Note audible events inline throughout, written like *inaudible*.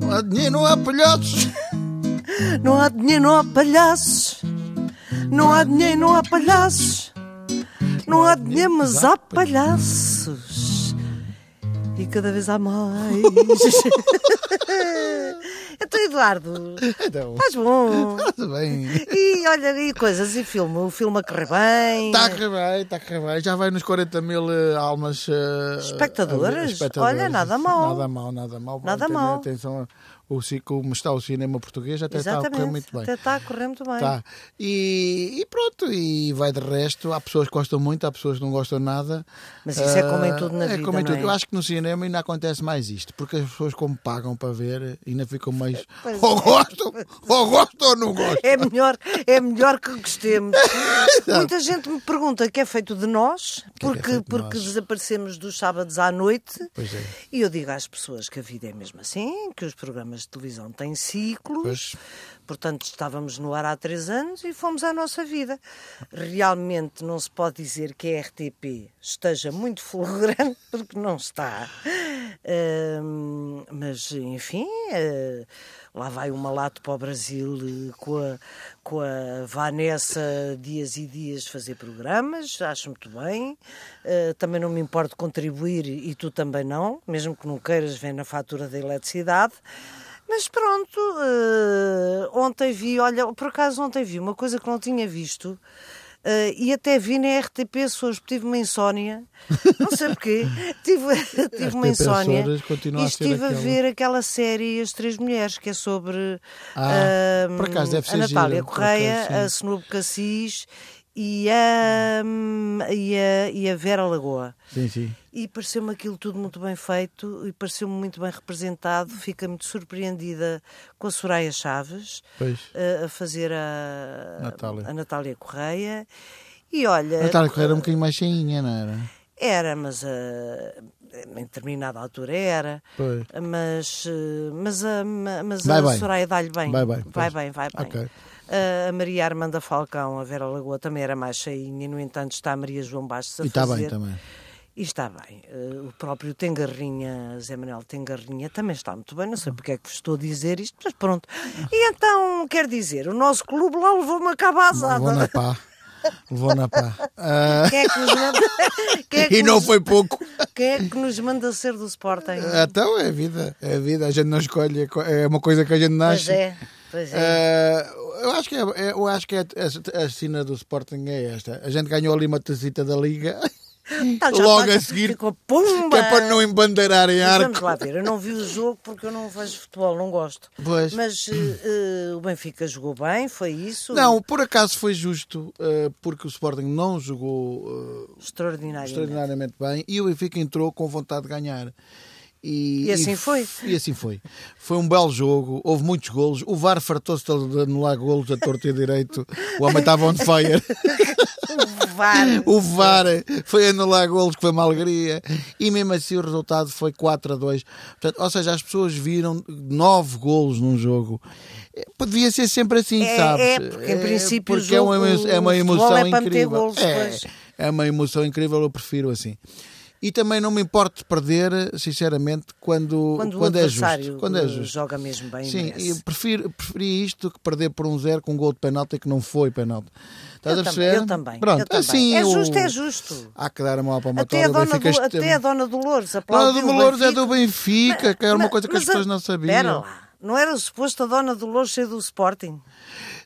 Não há dinheiro, não há palhaços. Não há dinheiro, não há palhaços. Não há dinheiro, não há palhaços. Não há dinheiro, mas há palhaços. E cada vez há mais. *laughs* então, Eduardo, *laughs* Então, estás bom. tudo bem. E olha, e coisas, e filme? O filme a correr bem. Está Tá a correr bem, está a correr bem. Já vai nos 40 mil eh, almas. eh, Espectadoras? eh, Olha, nada mal. Nada mal, nada mal. Nada Entender, mal. Atenção, o, ci- como está o cinema português, até está a correr Exatamente. muito bem. Até está a correr muito bem. Tá. E, e pronto, e vai de resto. Há pessoas que gostam muito, há pessoas que não gostam nada. Mas isso é Ah, como em tudo na é vida, Como em não tudo. é? Eu acho que no cinema ainda acontece mais isto, porque as pessoas, como pagam para ver, ainda ficam mais. Pois Ou *laughs* gostam, ou gostam ou não gostam. É melhor, é melhor que gostemos. Muita gente me pergunta que é feito de nós, porque, é feito de porque nós? desaparecemos dos sábados à noite. Pois é. E eu digo às pessoas que a vida é mesmo assim, que os programas de televisão têm ciclos. Pois. Portanto, estávamos no ar há três anos e fomos à nossa vida. Realmente não se pode dizer que a RTP esteja muito fulgurante, *laughs* porque não está. Ahm, mas, enfim, eh, lá vai uma lato para o Brasil eh, com a, com a Vanessa dias e dias fazer programas, acho muito bem. Eh, também não me importo contribuir e tu também não, mesmo que não queiras ver na fatura da eletricidade. Mas pronto, eh, ontem vi, olha, por acaso ontem vi uma coisa que não tinha visto. eh, e até vi na RTP Sores, tive uma insónia, não sei *laughs* porquê, tive, tive uma RTP insónia Açores continua e a ser estive a aquela- ver aquela série As Três Mulheres, que é sobre Ah, ah, por acaso deve ser a Natália giro, por Correia, acaso, sim. a Snoop Cassis e a, hum, e, a, e a Vera Lagoa. Sim, sim. E pareceu-me aquilo tudo muito bem feito e pareceu-me muito bem representado. Fica muito surpreendida com a Soraya Chaves Pois. ah, a fazer a Natália. a Natália Correia. E olha, Natália Correia era um bocadinho mais cheinha, não era? era, mas ah, em determinada altura era. Pois. Mas, eh, mas a, ma- mas Vai a bem. Soraya dá-lhe bem. Vai bem, vai pois. bem. vai bem. Eh, Ok. A- a Maria Armanda Falcão, a Vera Lagoa, também era mais cheinha. e, No entanto, está a Maria João Bastos a E está fazer. bem também. E está bem. Eh, o próprio Tengarrinha, Zé Manuel Tengarrinha, também está muito bem. Não sei porque é que vos estou a dizer isto, mas pronto. E então, quer dizer, o nosso clube lá levou Levou uma na cabazada. pá. Levou na pá. Ah, Quem é que *laughs* nos manda, quem é que e não nos- foi pouco. quem é que nos manda ser do Sporting? Então é a vida, é a vida. A gente não escolhe, é co- é uma coisa que a gente nasce. Pois é, pois é. Eh, eu acho que, é, é- eu acho que é- a, a cena do Sporting é esta. A gente ganhou ali uma tacita da Liga. Tá, já Logo tá, a seguir, Ficou pumba! que é para não embandeirar em Mas arco. Vamos lá ver, eu não vi o jogo porque eu não vejo futebol, não gosto. Pois. Mas eh, eh, o Benfica jogou bem, foi isso? Não, por acaso foi justo, eh, porque o Sporting não jogou eh, Extraordinário. extraordinariamente bem e o Benfica entrou com vontade de ganhar. E, E assim foi. E assim foi. Foi um belo jogo, houve muitos golos. O VAR fartou-se de anular golos a torto e a direito. O homem estava on fire. *laughs* O VAR foi anular golos, que foi uma alegria. E mesmo assim o resultado foi 4 a 2. Portanto, ou seja, as pessoas viram 9 golos num jogo. Eh, Podia ser sempre assim, É, sabes? é, porque em Eh, princípio o porque é uma, jogo- emo- é uma o futebol emoção é para meter incrível. golos, é, pois. é uma emoção incrível, eu prefiro assim. E também não me importo de perder, sinceramente, quando, Quando, o é adversário justo. Quando é eh, justo. joga mesmo bem. Sim, merece. eu prefiro, preferi isto do que perder por um zero com um gol de penalti que não foi penalti. Estás eu, a também, perceber? eu também. Pronto, eu também. assim. é o- justo, é justo. Há que dar a mão à Até a, palmatória. dona o Benfica do, este- até a dona Dolores Dona aplaudiu do o Valores é do Benfica. Benfica, que era uma Mas- coisa que as mas pessoas a- não Espera sabiam. lá, não era suposto a dona Dolores ser do Sporting?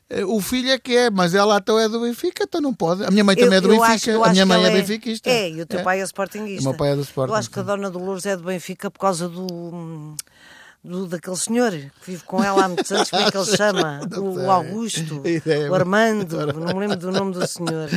Eh, O filho é que é, mas ela então é do Benfica, então não pode. A minha mãe também é do Benfica. acho- eu a acho minha que mãe ela é benfiquista. É, e o teu pai é sportinguista. O meu pai é do Sporting, Eu acho que a sim. dona Dolores é do Benfica por causa do. do- daquele senhor que vive com ela há muitos anos, como é que ele *laughs* se chama? Não sei. O Augusto, *laughs* Ideia, o Armando, não me lembro do nome *laughs* do senhor.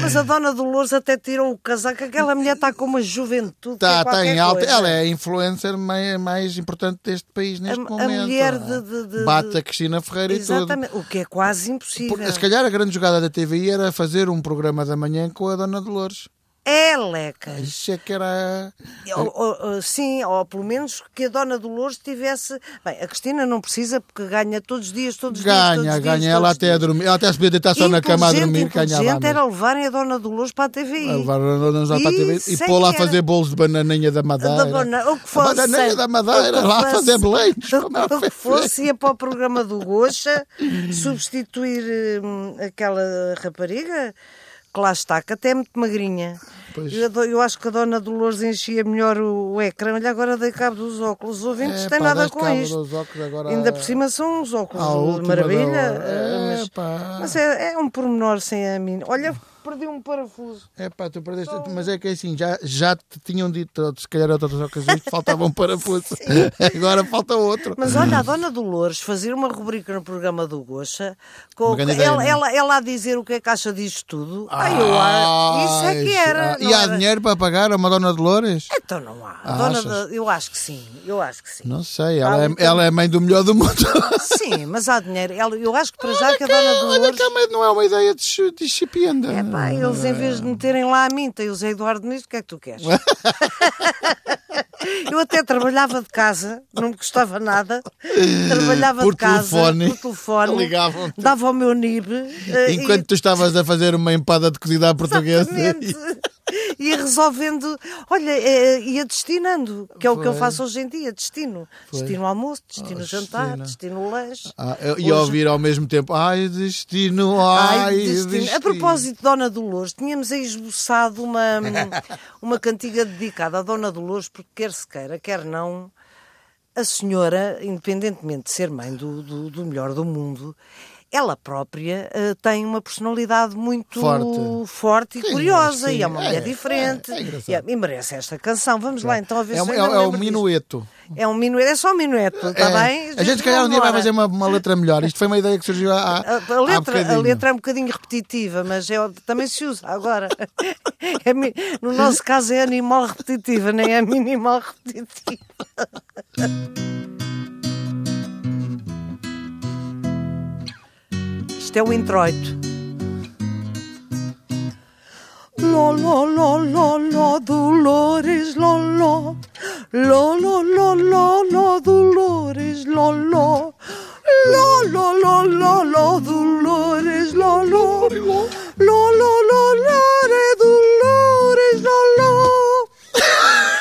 Mas a dona Dolores até tirou o casaco, aquela mulher está com uma juventude. que é Está, está tá, em qualquer alta. coisa. Ela é a influencer mai- mais, importante deste país neste A- a momento. é? mulher de- de- de- Bate a Cristina Ferreira e tudo. Exatamente, o que é quase Porque, impossível. se calhar a grande jogada da TVI era fazer um programa da manhã com a Dona Dolores. Elecas. Isso é que era. Ou- ou- ou- sim, ou pelo menos que a Dona Dolores tivesse. Bem, a Cristina não precisa porque ganha todos os dias, todos os dias. Ganha, todos os ganha. dias, Ela todos os até a dias. dormir. Ela até se podia deitar só na cama a Inteligente, dormir, ganhava. a inteligente noite. era levarem a Dona Dolores para a TVI. é? A *laughs* levar a Dona Dolores para a Isso TV é e pô lá a que era. fazer bolos de bananinha da Madeira. Da bana- o que fosse. A bananinha da Madeira, O que lá a fazer belém. O que fosse, ia para o programa do Goxa substituir hum, aquela rapariga que lá está, que até é muito magrinha. Pois. Eu, adoro- eu acho que a Dona Dolores enchia melhor o, o ecrã. Olha, agora dei cabo dos óculos. Os ouvintes É, têm pá, nada deste com cabo isto. dos óculos agora Ainda à- por cima são uns à óculos de última maravilha. da hora. eh, É, mas pá. mas é, é um pormenor sem a mim. Olha, perdi um parafuso. É pá, tu perdeste. Mas é que é assim, já, já te tinham dito, se calhar outras ocasiões, que faltava *laughs* um parafuso. Agora falta outro. Mas olha, a Dona Dolores fazer uma rubrica no programa do Gocha, com Uma o- grande ideia, ela, não é? ela, ela a dizer o que é que acha disto tudo. Ah, eu acho. Isso é que isso- era. ah, não E há era? dinheiro para pagar a uma Dona Dolores? Então não há. A Dona achas? da- Eu acho que sim. Eu acho que sim. Não sei, ela, é, muita- ela é mãe do melhor do mundo. Sim, mas há dinheiro. Ela- Eu acho que para já *laughs* que a Dona Olha Dolores. que a mãe não é uma ideia de, chi- de chipienda. É pá, eles em vez de meterem lá a mim, tem o Zé Eduardo nisto, o que é que tu *laughs* queres? eu até trabalhava de casa, não me custava nada. Trabalhava Por de casa, telefone. por telefone, Ligavam-te. dava o meu NIB. eh, e- Enquanto tu estavas a fazer uma empada de cozida à *laughs* portuguesa. *laughs* Exatamente. Ia resolvendo, olha, eh, ia destinando, que é o que eu Pois. faço hoje em dia, destino. Destino ao almoço, destino Oh, jantar, destino. destino lanche. Ah, eu- Hoje- e a ouvir ao mesmo tempo, ai destino, ai, Ai, destino. destino. A propósito de Dona Dolores, tínhamos aí *laughs* esboçado uma, uma cantiga dedicada à Dona Dolores, porque quer se queira, quer não, a senhora, independentemente de ser mãe do, do, do melhor do mundo, ela própria eh, tem uma personalidade muito Forte. forte e Sim, curiosa, sim. e é uma É, mulher é, diferente. é engraçado. e, é- e merece esta canção. Vamos lá então a ver É, se um- eu é, ainda me é um lembro disto. minueto. É um minueto, é só um minueto, está É. bem? A gente, se calhar, um dia vai fazer uma, uma letra melhor. Isto foi uma ideia que surgiu há, A, a há letra, a bocadinho. letra é um bocadinho repetitiva, mas é, também se usa agora. *laughs* É mi- no nosso caso é animal repetitiva, nem é minimal repetitiva. Isto é o introito. Ló, ló, ló, ló, ló, Dolores, ló, ló. Ló, ló, ló, ló, ló, Dolores, ló, ló. Ló, ló, ló, ló, ló, Dolores, ló, ló. Ló, ló, ló, ló, re, Dolores, ló, ló.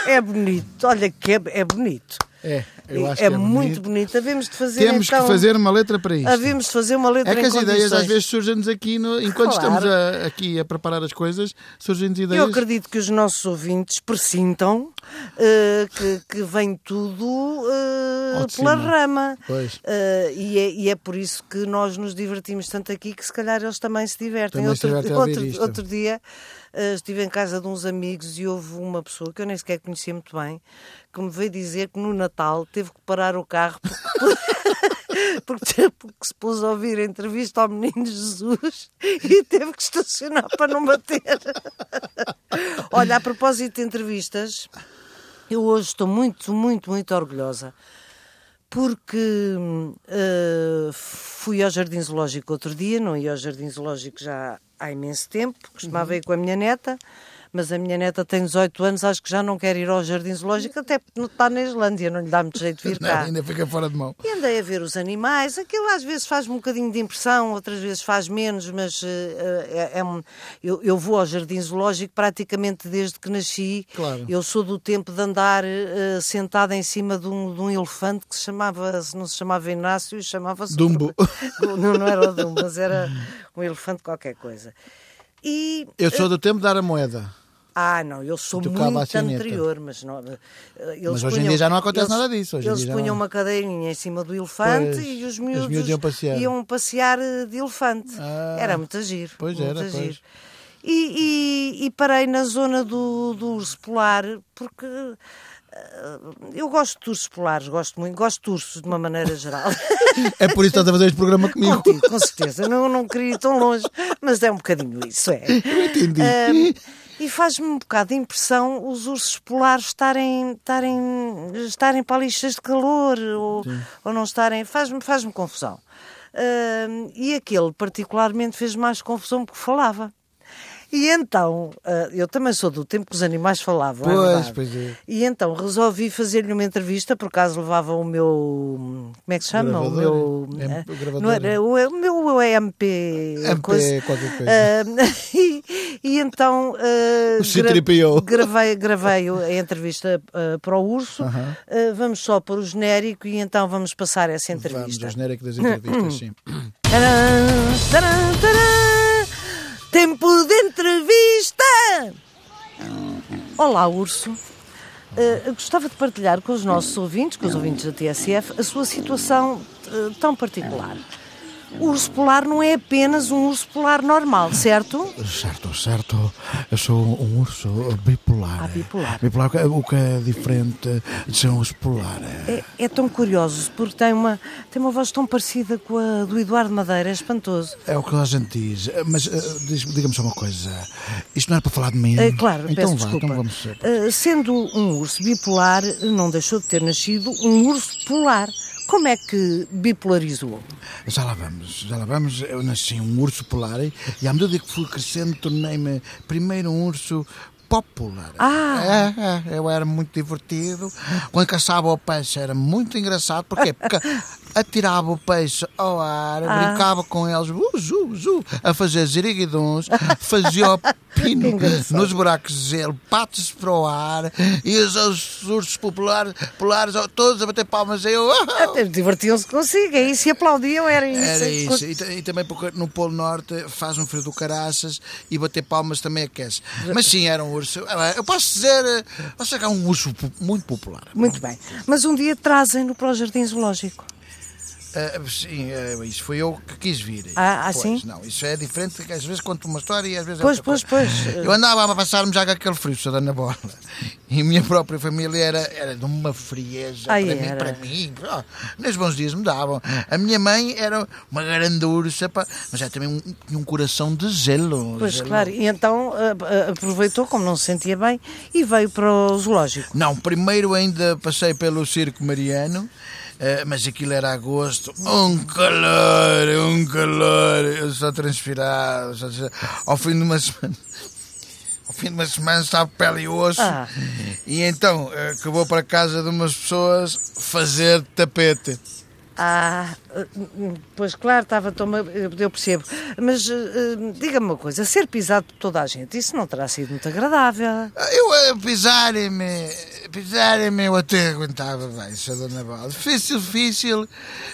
É bonito, olha que é, é bonito. É, eu acho é, que é bonito. muito bonito. Havemos de fazer Temos então, que fazer uma letra para isto. Havemos de fazer uma letra É que em as ideias condições. às vezes surgem-nos aqui, no- enquanto Claro. estamos a- aqui a preparar as coisas, surgem-nos Eu ideias. acredito que os nossos ouvintes precintam eh, que, que vem tudo eh, Ao de cima. pela rama. Pois. Eh, e, é, e é por isso que nós nos divertimos tanto aqui que se calhar eles também se divertem. Também se outro, divertem a ouvir outro, isto. outro dia eh, estive em casa de uns amigos e houve uma pessoa que eu nem sequer conhecia muito bem que me veio dizer que no Natal teve que parar o carro porque, *laughs* porque, porque se pôs a ouvir a entrevista ao Menino Jesus e teve que estacionar para não bater. *laughs* Olha, a propósito de entrevistas, eu hoje estou muito, muito, muito orgulhosa porque hum, eh, fui ao Jardim Zoológico outro dia, não ia ao Jardim Zoológico já há imenso tempo, costumava Uhum. ir com a minha neta, mas a minha neta tem 18 anos, acho que já não quer ir ao Jardim Zoológico, até porque não está na Islândia, não lhe dá muito jeito de vir *laughs* Não, cá. ainda fica fora de mão. E andei a ver os animais, aquilo às vezes faz-me um bocadinho de impressão, outras vezes faz menos, mas eh, eh, é, é um- eu, eu vou ao jardim zoológico praticamente desde que nasci. Claro. Eu sou do tempo de andar eh, sentada em cima de um, de um elefante que se chamava, não se chamava Inácio, chamava-se... Dumbo. *laughs* Não, não era o Dumbo, mas era um elefante qualquer coisa. E Eu sou do tempo de dar a moeda. ah, não, eu sou Tu cava a muito sineta. anterior, mas não. eh, Eles Mas hoje em dia já não acontece nada disso, hoje em eles dia já punham não. uma cadeirinha em cima do elefante Pois, e os os miúdos, miúdos iam passear. iam passear, eh, de elefante. Ah. era muito giro. Pois muito era, pois. giro. E, e- e parei na zona do, do urso polar, porque eh, eu gosto de ursos polares, gosto muito, gosto de ursos de uma *laughs* maneira geral. É por isso que estás a fazer este programa *laughs* comigo. Contigo, com certeza. Não, não queria ir tão longe, mas é um bocadinho isso, é. Eu entendi. Ahm, e faz-me um bocado de impressão os ursos polares estarem, estarem, estarem para ali cheios de calor ou, ou não estarem. Faz-me faz confusão. Ahm, e aquele, particularmente, fez mais confusão porque falava. E então, ah, eu também sou do tempo que os animais falavam. é Pois, verdade. pois é. E então resolvi fazer-lhe uma entrevista, por acaso levava o meu. Como é que se chama? O Gravador, meu. é? ah, O gravador. não era, o, o meu MP. MP, coisa. qualquer coisa. Ah, *laughs* e, e então. ah, O C3PO. gravei, gravei a entrevista ah, para o urso. Ah, vamos só para o genérico e então vamos passar essa Vamos entrevista. ao genérico das entrevistas, sim. Taran, taran, taran. Tempo de entrevista! Olá, urso. Eh, gostava de partilhar com os nossos ouvintes, com os ouvintes da TSF, a sua situação eh, tão particular. O urso polar não é apenas um urso polar normal, certo? Certo, certo. Eu sou um urso bipolar. Ah, bipolar. Bipolar, o que- o que é diferente de ser um urso polar. É, é tão curioso porque tem uma, tem uma voz tão parecida com a do Eduardo Madeira, é espantoso. É o que a gente diz. Mas eh, diz- diga-me só uma coisa. Isto não era para falar de mim? Eh, claro, então vá, peço desculpa. Então vamos... Eh, sendo um urso bipolar, não deixou de ter nascido um urso polar. Como é que bipolarizou? Já lá vamos, já lá vamos. Eu nasci um urso polar e à medida que fui crescendo tornei-me primeiro um urso popular. Ah. É, é, eu era muito divertido. Quando caçava o peixe era muito engraçado. Porquê? Porque atirava o peixe ao ar, brincava com eles, uh, zu, zu, a fazer ziriguidons, fazia o pino nos buracos de gelo, patos para o ar e os, os ursos populares, polares, todos a bater palmas. e Eu, *laughs* "Ah, Até Eh, Divertiam-se consigo, é isso, e aplaudiam, era isso. é era isso. E, ta- e também porque no Polo Norte faz um frio do caraças e bater palmas também aquece. Mas sim, era um urso. Ah, Eu posso dizer, eh, posso dizer que é um urso po- muito popular. Muito bem. Mas um dia trazem-no para o Jardim Zoológico. Ah, sim, ah, isso foi eu que quis vir. Ah, ah, Pois, sim? Não, isso é diferente, que às vezes conto uma história e às vezes. é Pois, outra pois, coisa. *laughs* pois. eh, Eu andava a passar-me já com aquele frio, Sra. Ana Borla. E a minha própria família era, era de uma frieza Ai, para, mim, era. para mim. Oh, nos bons dias me davam. A minha mãe era uma grande ursa, pá, mas era também um, tinha um coração de gelo. Pois, gelo. claro. E então ah, ah, aproveitou, como não se sentia bem, e veio para o Zoológico. Não, primeiro ainda passei pelo Circo Mariano, eh, mas aquilo era agosto. Um calor, um calor. Eu só transpirava. Só transpirava. Ao fim de uma semana. Ao fim de uma semana estava pele e osso. Ah. E então eh, que vou para casa de umas pessoas fazer tapete. Ah, ah, hum, pois claro, estava tão. ma- Eu percebo. Mas ah, ah, diga-me uma coisa: ser pisado por toda a gente, isso não terá sido muito agradável. Eu a pisarem-me, pisarem-me, eu até aguentava bem, Sra. Dona Val. Difícil, difícil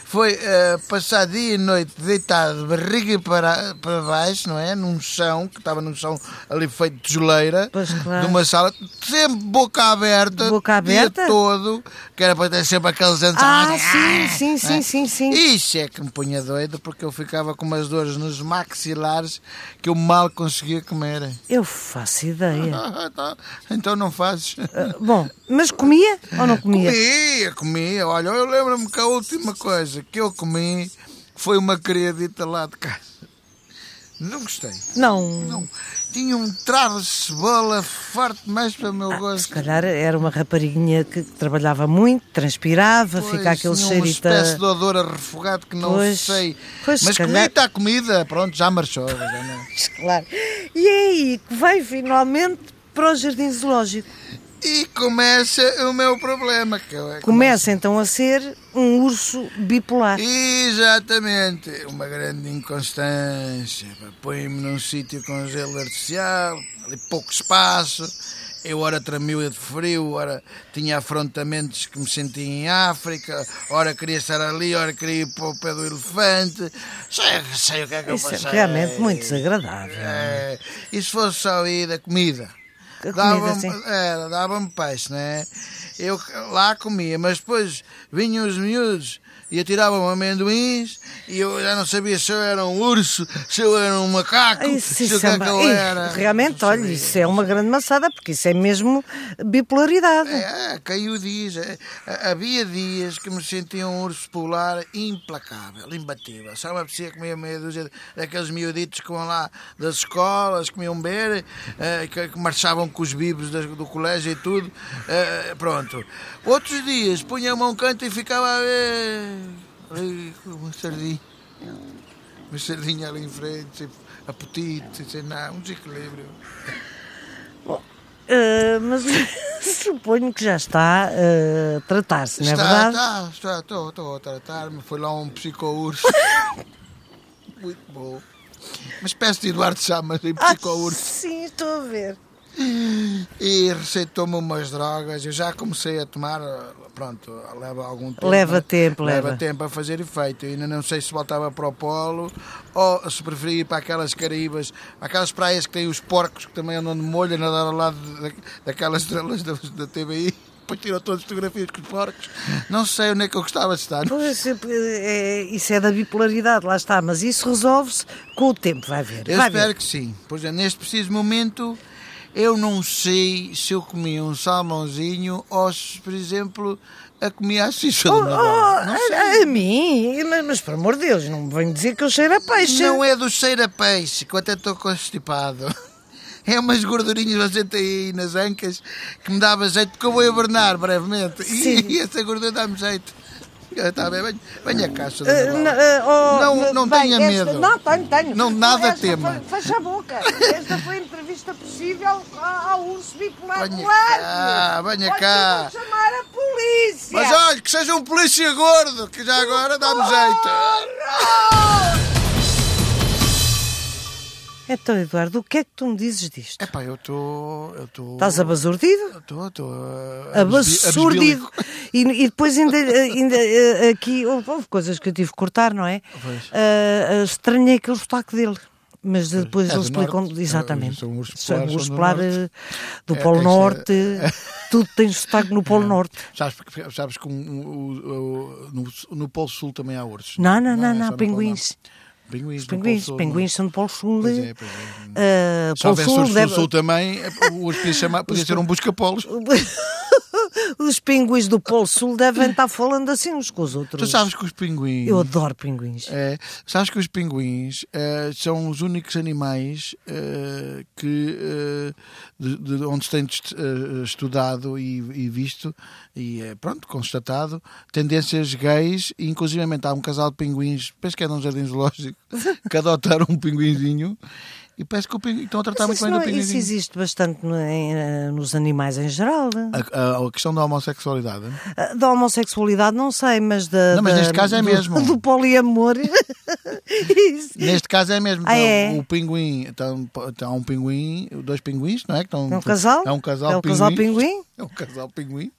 foi eh, passar dia e noite deitado de barriga para, para baixo, não é? Num chão, que estava num chão ali feito de geleira, Pois, claro. numa sala, sempre boca aberta, Boca aberta? dia todo, que era para ter sempre aqueles antes. Ah, sim, É. sim, sim, sim, sim. Isso é que me punha doido, porque eu ficava com umas dores nos maxilares que eu mal conseguia comer. Eu faço ideia. Ah, tá. Então não fazes. Ah, Bom, mas comia ou não *laughs* comia? Comia, comia. Olha, eu lembro-me que a última coisa que eu comi foi uma criadita lá de casa. Não gostei. Não. Não. Tinha um travo de cebola forte mais para o meu Ah, Se gosto. calhar era uma rapariguinha que trabalhava muito, transpirava, Pois, fica aquele tinha cheiro uma e tá- espécie de odor a refogado que não Pois, sei. pois, Mas se calhar- comi, está comida. Pronto, já marchou. já não- Claro. E é aí que vai finalmente para o Jardim Zoológico. E começa o meu problema. Que eu, Começa então a ser um urso bipolar. Exatamente, uma grande inconstância. pá. Põe-me num sítio com gelo artificial, ali pouco espaço. Eu, ora, tremia de frio, ora, tinha afrontamentos que me sentia em África, ora, queria estar ali, ora, queria ir para o pé do elefante. Sei, sei o que é que Isso eu é passei. realmente muito desagradável. É, e se fosse só ir da comida? A comida, assim, Dava-me sim. era, dava-me é, peixe, né? Eu lá comia, mas depois vinham os miúdos e atiravam amendoins e eu já não sabia se eu era um urso, se eu era um macaco, Isso, se o isso que é é que uma- eu Ih, era. realmente, olha, isso é uma grande maçada, porque isso é mesmo bipolaridade. É, quem o diz? É, é, Havia dias que me sentia um urso polar implacável, imbatível. Só uma pessoa comia meia dúzia daqueles miuditos que vão lá das escolas, comiam beira, eh, que, que marchavam com os bibos das- do colégio e tudo. eh, pronto. Outros dias eh, punha-me a um canto e ficava a ver. ali, com uma sardinha. uma sardinha ali em frente, sem apetite, sem nada, um desequilíbrio. Bom, eh, mas *laughs* suponho que já está eh, a tratar-se, não é está, verdade? está, está, estou, estou a tratar-me. Foi lá um *laughs* psicourso. Muito bom. Uma espécie de Eduardo Chamas em Ah, psicourso. sim, estou a ver. E receitou-me umas drogas. Eu já comecei a tomar, eh, pronto, leva algum tempo. Leva mas- tempo, leva. tempo a fazer efeito. Eu ainda não sei se voltava para o Polo ou se preferia ir para aquelas Caraíbas, aquelas praias que têm os porcos que também andam de molho a nadar ao lado da- daquelas estrelas da, da TVI. *laughs* Depois tiram todas as fotografias com os porcos. Não sei onde é que eu gostava de estar. Pois, eh, é, isso é da bipolaridade, lá está, mas isso resolve-se com o tempo, vai ver. Eu vai espero ver. que sim. Por exemplo, neste preciso momento, eu não sei se eu comi um salmãozinho ou se, por exemplo, a comi a xixa do Oh, Nadal. Não oh, sei. a, a mim, mas, mas por amor de Deus, não me venho dizer que eu cheiro a peixe. Não é do cheiro a peixe, que eu até estou constipado. *laughs* É umas gordurinhas que você tem aí nas ancas que me dava jeito, porque eu vou hibernar brevemente. E- Sim. E, *laughs* essa gordura dá-me jeito. Está bem, venha, venha cá, Sra. Eh, Isabel. n- eh, oh, Não- não bem, tenha esta- medo. Não, tenho, tenho. Não, nada Esta tema. foi- Fecha a boca. Esta foi a entrevista possível ao, ao urso bipolar. Venha Claro. cá, venha Olha, cá. eu Vou chamar a polícia. Mas olha, que seja um polícia gordo, que já agora Oh, dá-me jeito. Então, Eduardo, o que é que tu me dizes disto? Epá, eu estou. Eu estou. Estás abasurdido? Estou, estou. eh, absurdido. E, e depois ainda, ainda eh, aqui houve, houve coisas que eu tive que cortar, não é? Pois. Ah, ah, estranhei aquele sotaque dele. Mas depois É eles do norte. explicam exatamente. São ursos São polares, ursos são do polares, norte. eh, do É, Polo é, Norte, tudo tem sotaque no Polo Norte. Sabes, porque- sabes que um- o- o- no, no Polo Sul também há ursos. Não, não, não, é não, só no Polo pinguins. Norte. Pinguins, Os pinguins, no Polo Sul, pinguins são do Polo Sul. Pois é, pois é. Ah, não. Se Polo houvesse Sul ursos deve- do Sul também, é, o urso podia, chamar, podia ser um busca-polos. Os pinguins do Polo Sul devem estar falando assim uns com os outros. Tu sabes que os pinguins. Eu adoro pinguins. É, sabes que os pinguins eh, são os únicos animais eh, que eh, de, de onde se tem est- eh, estudado e, e visto e eh, pronto, constatado tendências gays e inclusivamente há um casal de pinguins, penso que é num jardim *laughs* zoológico que adotaram um pinguinzinho e parece que o pinguim, estão a tratar Mas muito isso, bem é não- do isso pinguinzinho existe bastante no- em, eh, nos animais em geral. a, a- a questão da homossexualidade né? Ah, Da homossexualidade não sei, mas da. Não, mas da- neste caso é do, mesmo. *laughs* Do poliamor. Isso. Neste caso é mesmo. Ah, então, é? O pinguim. Então, há um pinguim, dois pinguins, não é? Que estão, É um casal? É um casal É um pinguim. casal pinguim? É um casal pinguim.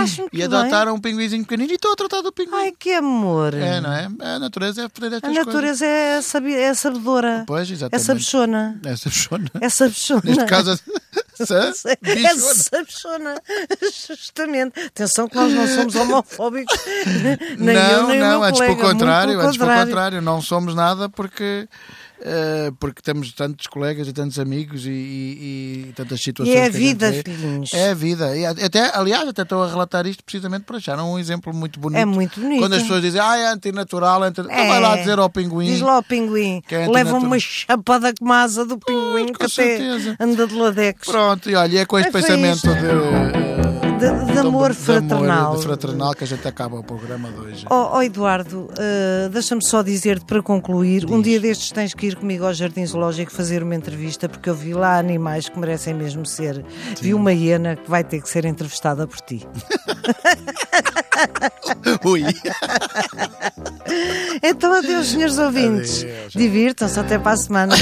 Acho muito E adotaram um pinguinzinho pequenino e estão a tratar do pinguim. Bem. é? Ai, que amor. É, não é? A natureza é poder A destas coisas. natureza é, sabi- é sabedora. Pois, é exatamente. sabichona. É sabichona. É sabichona. Neste *laughs* caso, sa- É bichona. sabichona, *laughs* justamente. Atenção que nós *laughs* não somos homofóbicos, *laughs* nem eu, não, nem o não, meu antes colega. pelo muito contrário, antes pelo contrário. contrário, não somos nada porque, eh, porque temos tantos colegas e tantos amigos e, e- e tantas situações. E é a que gente vida, vê. filhinhos. É a vida. E até, aliás, até estou a relatar isto precisamente para achar um exemplo muito bonito. É muito bonito. Quando as pessoas dizem, ah, é antinatural, é antinatural. Então vai lá dizer ao pinguim. Diz lá ao pinguim. Que é Leva antinatural. uma chapada com a asa do pinguim que com até certeza. anda de ladecos. Pronto, e olha, e é com este Mas foi pensamento isto. de, eh, De- de amor fraternal. de fraternal que a gente acaba o programa de hoje. Oh, oh, Eduardo, eh, deixa-me só dizer-te para concluir: um dia destes tens que ir comigo ao Jardim Zoológico fazer uma entrevista, porque eu vi lá animais que merecem mesmo ser. Vi uma hiena que vai ter que ser entrevistada por ti. *laughs* Oh. Ui. Então, adeus, senhores ouvintes. Adeus. Divirtam-se até para a semana.